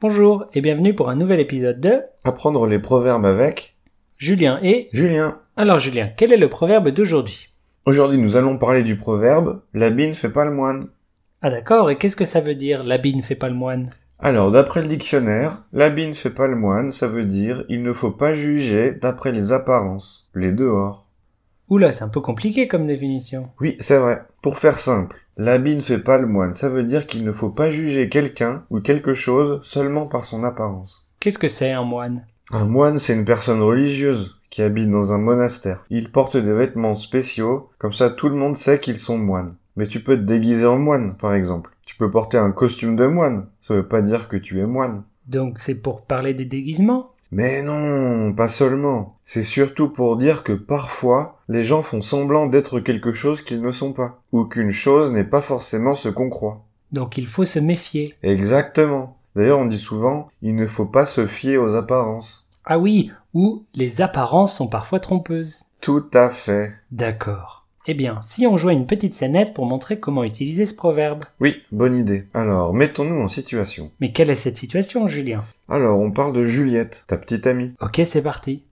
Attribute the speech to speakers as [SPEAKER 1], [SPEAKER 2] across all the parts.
[SPEAKER 1] Bonjour et bienvenue pour un nouvel épisode de
[SPEAKER 2] Apprendre les proverbes avec
[SPEAKER 1] Julien et...
[SPEAKER 2] Julien.
[SPEAKER 1] Alors Julien, quel est le proverbe d'aujourd'hui
[SPEAKER 2] Aujourd'hui, nous allons parler du proverbe La bille ne fait pas le moine.
[SPEAKER 1] Ah d'accord, et qu'est-ce que ça veut dire l'habit ne fait pas le moine
[SPEAKER 2] Alors, d'après le dictionnaire, La bille ne fait pas le moine, ça veut dire Il ne faut pas juger d'après les apparences, les dehors.
[SPEAKER 1] Oula, c'est un peu compliqué comme définition.
[SPEAKER 2] Oui, c'est vrai. Pour faire simple, La bille ne fait pas le moine, ça veut dire qu'il ne faut pas juger quelqu'un ou quelque chose seulement par son apparence.
[SPEAKER 1] Qu'est-ce que c'est un moine
[SPEAKER 2] Un moine, c'est une personne religieuse qui habite dans un monastère. Il porte des vêtements spéciaux, comme ça tout le monde sait qu'ils sont moines. Mais tu peux te déguiser en moine, par exemple. Tu peux porter un costume de moine, ça veut pas dire que tu es moine.
[SPEAKER 1] Donc c'est pour parler des déguisements
[SPEAKER 2] Mais non, pas seulement. C'est surtout pour dire que parfois, les gens font semblant d'être quelque chose qu'ils ne sont pas, ou qu'une chose n'est pas forcément ce qu'on croit.
[SPEAKER 1] Donc il faut se méfier.
[SPEAKER 2] Exactement. D'ailleurs, on dit souvent, il ne faut pas se fier aux apparences.
[SPEAKER 1] Ah oui, ou les apparences sont parfois trompeuses.
[SPEAKER 2] Tout à fait.
[SPEAKER 1] D'accord. Eh bien, si on jouait une petite scénette pour montrer comment utiliser ce proverbe.
[SPEAKER 2] Oui, bonne idée. Alors, mettons-nous en situation.
[SPEAKER 1] Mais quelle est cette situation, Julien
[SPEAKER 2] Alors, on parle de Juliette, ta petite amie.
[SPEAKER 1] Ok, c'est parti.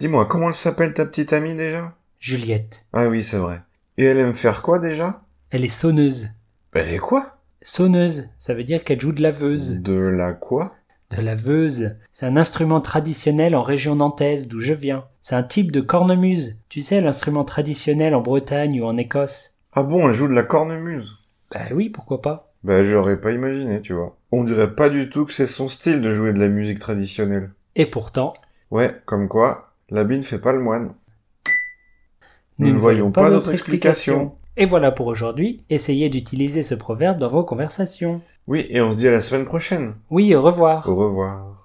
[SPEAKER 2] Dis-moi, comment elle s'appelle ta petite amie déjà
[SPEAKER 1] Juliette,
[SPEAKER 2] Ah oui, c'est vrai. Et elle aime faire quoi déjà
[SPEAKER 1] elle est sonneuse.
[SPEAKER 2] Elle est quoi
[SPEAKER 1] Sonneuse, ça veut dire qu'elle joue de la veuse.
[SPEAKER 2] De la quoi
[SPEAKER 1] De la veuse, c'est un instrument traditionnel en région nantaise d'où je viens. C'est un type de cornemuse. Tu sais, l'instrument traditionnel en Bretagne ou en Écosse.
[SPEAKER 2] Ah bon, elle joue de la cornemuse
[SPEAKER 1] Bah oui, pourquoi pas.
[SPEAKER 2] Bah j'aurais pas imaginé, tu vois. On dirait pas du tout que c'est son style de jouer de la musique traditionnelle.
[SPEAKER 1] Et pourtant,
[SPEAKER 2] Ouais, comme quoi, l'habit ne fait pas le moine.
[SPEAKER 1] nous, ne voyons pas d'autre explication. Et voilà pour aujourd'hui. Essayez d'utiliser ce proverbe dans vos conversations.
[SPEAKER 2] Oui, et on se dit à la semaine prochaine.
[SPEAKER 1] Oui, au revoir.
[SPEAKER 2] Au revoir.